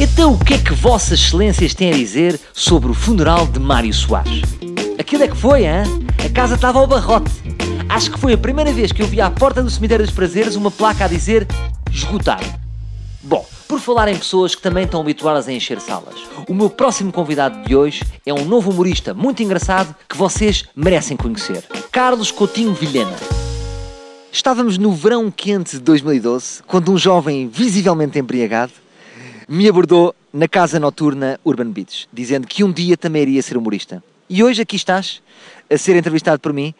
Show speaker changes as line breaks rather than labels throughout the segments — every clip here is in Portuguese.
Então, o que é que Vossas Excelências têm a dizer sobre o funeral de Mário Soares? Aquilo é que foi, hã? A casa estava ao barrote. Acho que foi a primeira vez que eu vi à porta do Cemitério dos Prazeres uma placa a dizer esgotado. Bom, por falar em pessoas que também estão habituadas a encher salas, o meu próximo convidado de hoje é um novo humorista muito engraçado que vocês merecem conhecer: Carlos Coutinho Vilhena. Estávamos no verão quente de 2012, quando um jovem visivelmente embriagado me abordou na casa noturna Urban Beats, dizendo que um dia também iria ser humorista. E hoje aqui estás, a ser entrevistado por mim.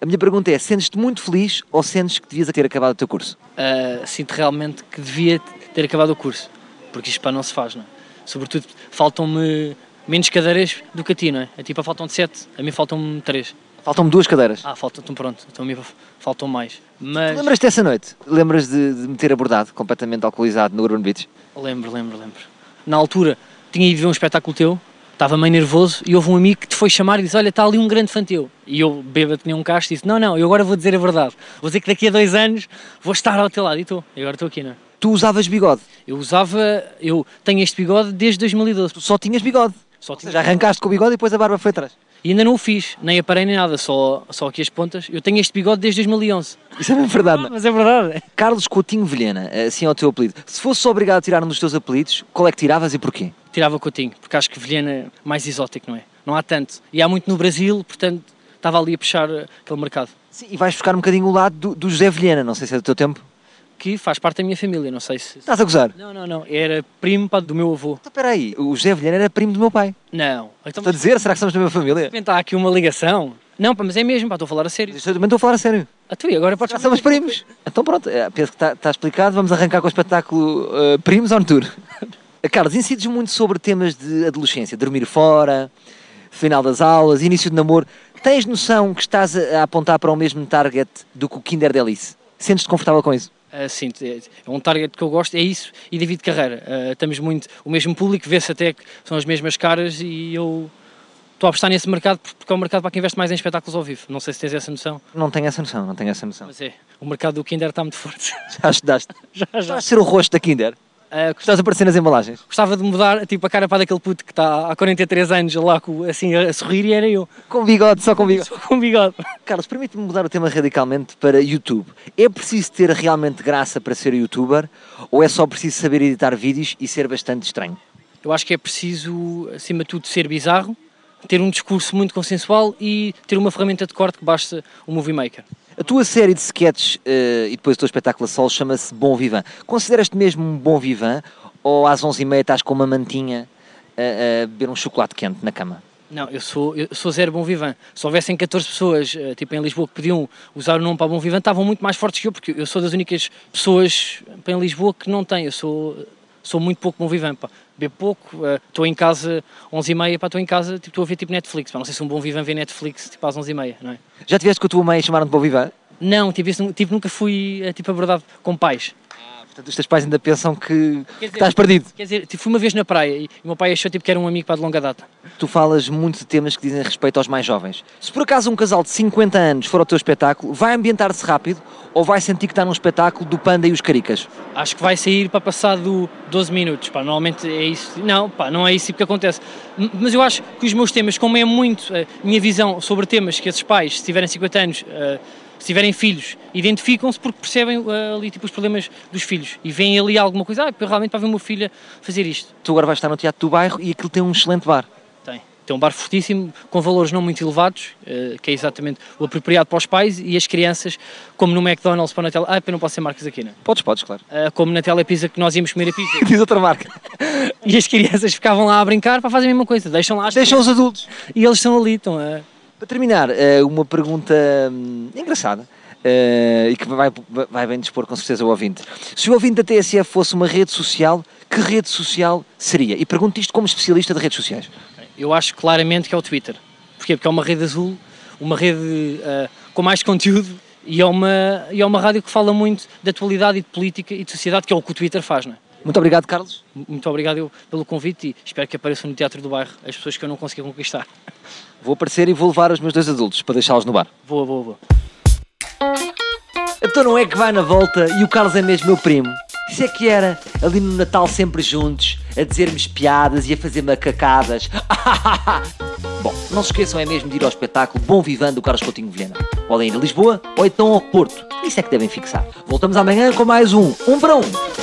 A minha pergunta é: sentes-te muito feliz ou sentes que devias ter acabado o teu curso?
Uh, sinto realmente que devia ter acabado o curso, porque isto pá, não se faz, não é? Sobretudo, faltam-me menos cadeiras do que a ti, não é? A ti pá, faltam de sete, a mim faltam-me três.
Faltam-me duas cadeiras.
Ah, faltam, pronto, então a mim faltam mais. Mas
Lembras-te dessa noite? Lembras de, de me ter abordado completamente alcoolizado no Urban Beach?
lembro, lembro, lembro. Na altura, tinha ido ver um espetáculo teu, estava meio nervoso e houve um amigo que te foi chamar e disse: Olha, está ali um grande fã teu. E eu, bêbado, tinha um cacho, disse: Não, não, eu agora vou dizer a verdade. Vou dizer que daqui a dois anos vou estar ao teu lado. E estou, e agora estou aqui, não é?
Tu usavas bigode,
Eu usava, eu tenho este bigode desde 2012.
tu só tinhas bigode.
Só tinha
Já arrancaste com o bigode e depois a barba foi atrás.
E ainda não o fiz, nem aparei nem nada, só, só aqui as pontas. Eu tenho este bigode desde 2011.
Isso é mesmo verdade, não? é?
Mas é verdade.
Carlos Coutinho Vilhena, assim é o teu apelido. Se fosse obrigado a tirar um dos teus apelidos, qual é que tiravas e porquê?
Tirava Coutinho, porque acho que Vilhena é mais exótico, não é? Não há tanto. E há muito no Brasil, portanto, estava ali a puxar eh, aquele mercado.
Sim, e vais buscar um bocadinho o lado do, do José Vilhena, não sei se é do teu tempo.
Que faz parte da minha família, não sei se...
Estás a gozar?
Não, não, não. Era primo pá, do meu avô.
Então, espera aí, o José Vilhena era primo do meu pai.
Não. Então,
Estou a dizer, será que somos da mesma família?
mas, há aqui uma ligação. Não, pá, mas é mesmo, pá, estou a falar a sério.
Isto eu também estou a falar a sério.
Ah, tu e agora podes...
Já somos primos. Então pronto, é, penso que está está explicado. Vamos arrancar com o espetáculo eh, Primos on Tour. Carlos, incides muito sobre temas de adolescência, dormir fora, final das aulas, início de namoro. Tens noção que estás a a apontar para o mesmo target do que o Kinder Delice? Sentes-te confortável com isso?
Ah, sim, é é um target que eu gosto, é isso. E David Carreira, ah, estamos muito, o mesmo público, vê-se até que são as mesmas caras e eu estou a apostar nesse mercado por- porque é um mercado para quem investe mais em espetáculos ao vivo. Não sei se tens essa noção,
Não tenho essa noção, não tenho essa noção.
mas é, o mercado do Kinder está muito forte.
Já estudaste.
já, já.
Vais ser o rosto da Kinder.
Ah, gost-
Estás a aparecer nas embalagens.
gostava de mudar tipo, a cara para daquele puto que está há 43 anos lá com- assim a, a sorrir e era eu,
Com bigode, só com bigode.
só com um bigode.
Carlos, permite-me mudar o tema radicalmente para YouTube. É preciso ter realmente graça para ser youtuber ou é só preciso saber editar vídeos e ser bastante estranho?
Eu acho que é preciso, acima de tudo, ser bizarro, ter um discurso muito consensual e ter uma ferramenta de corte que basta o Movie Maker.
A tua série de sketches eh, e depois o teu espetáculo a solo chama-se Bom Vivan. Consideras-te mesmo um bom vivan ou às 11h30 estás com uma mantinha a, a beber um chocolate quente na cama?
Não, eu sou, eu sou zero bom vivan. Se houvessem 14 pessoas, eh, tipo em Lisboa, que podiam usar o nome para bom vivan, estavam muito mais fortes que eu, porque eu sou das únicas pessoas pá, em Lisboa que não tem. Eu sou, sou muito pouco bom vivan, pá. Bebo pouco, eh, estou em casa 11h30, pá, estou em casa, tipo, estou a ver tipo Netflix, pá. Não sei se um bom vivan vê Netflix, tipo às 11h30, não é?
Já tiveste com a tua mãe e chamaram-te Bom Vivan?
Não, tipo, isso nu- tipo, nunca fui, eh, tipo, abordado com pais.
Ah, Portanto, os teus pais ainda pensam que, que
Quer dizer-
estás perdido.
Quer dizer, tipo, fui uma vez na praia e o meu pai achou, tipo, que era um amigo, pá, de longa data.
Tu falas muito de temas que dizem respeito aos mais jovens. Se por acaso um casal de 50 anos for ao teu espetáculo, vai ambientar-se rápido ou vai sentir que está num espetáculo do Panda e os Caricas?
Acho que vai sair para passar do 12 minutos, pá, normalmente é isso. Não, pá, não é isso que acontece. M- Mas eu acho que os meus temas, como é muito a minha visão sobre temas que esses pais, se tiverem 50 anos, eh, se tiverem filhos, identificam-se porque percebem eh, ali tipo os problemas dos filhos e veem ali alguma coisa, ah, eu realmente para ver o meu filho fazer isto.
Tu agora vais estar no Teatro do Bairro e aquilo tem um excelente bar.
Tem. Tem um bar fortíssimo, com valores não muito elevados, eh, que é exatamente o apropriado para os pais e as crianças, como no McDonald's para o Natal. Ah, eu não posso ser Marcos aqui, não?
Podes, podes, claro.
Ah, como na Telepizza que nós íamos comer a pizza.
Diz outra marca.
E as crianças ficavam lá a brincar para fazer a mesma coisa, deixam lá as
Deixam os adultos.
e eles estão ali, estão a...
Para terminar, eh, uma pergunta hum, engraçada eh, e que vai, vai bem dispor com certeza o ouvinte. Se o ouvinte da TSF fosse uma rede social, que rede social seria? E pergunto isto como especialista de redes sociais.
Eu acho claramente que é o Twitter. Porquê? Porque é uma rede azul, uma rede ah, com mais conteúdo e é, uma, e é uma rádio que fala muito de atualidade e de política e de sociedade, que é o que o Twitter faz, não é?
Muito obrigado, Carlos.
M- Muito obrigado eu pelo convite e espero que apareçam no Teatro do Bairro as pessoas que eu não consegui conquistar.
Vou aparecer e vou levar os meus dois adultos para deixá-los no bar.
Boa, boa, boa.
Então não é que vai na volta e o Carlos é mesmo meu primo. Isso é que era, ali no Natal sempre juntos, a dizermos piadas e a fazer macacadas. Bom, não se esqueçam é mesmo de ir ao espetáculo Bom Vivando do Carlos Coutinho Vilhena. Podem ir a Lisboa ou então ao Porto. Isso é que devem fixar. Voltamos amanhã com mais um Um para Um.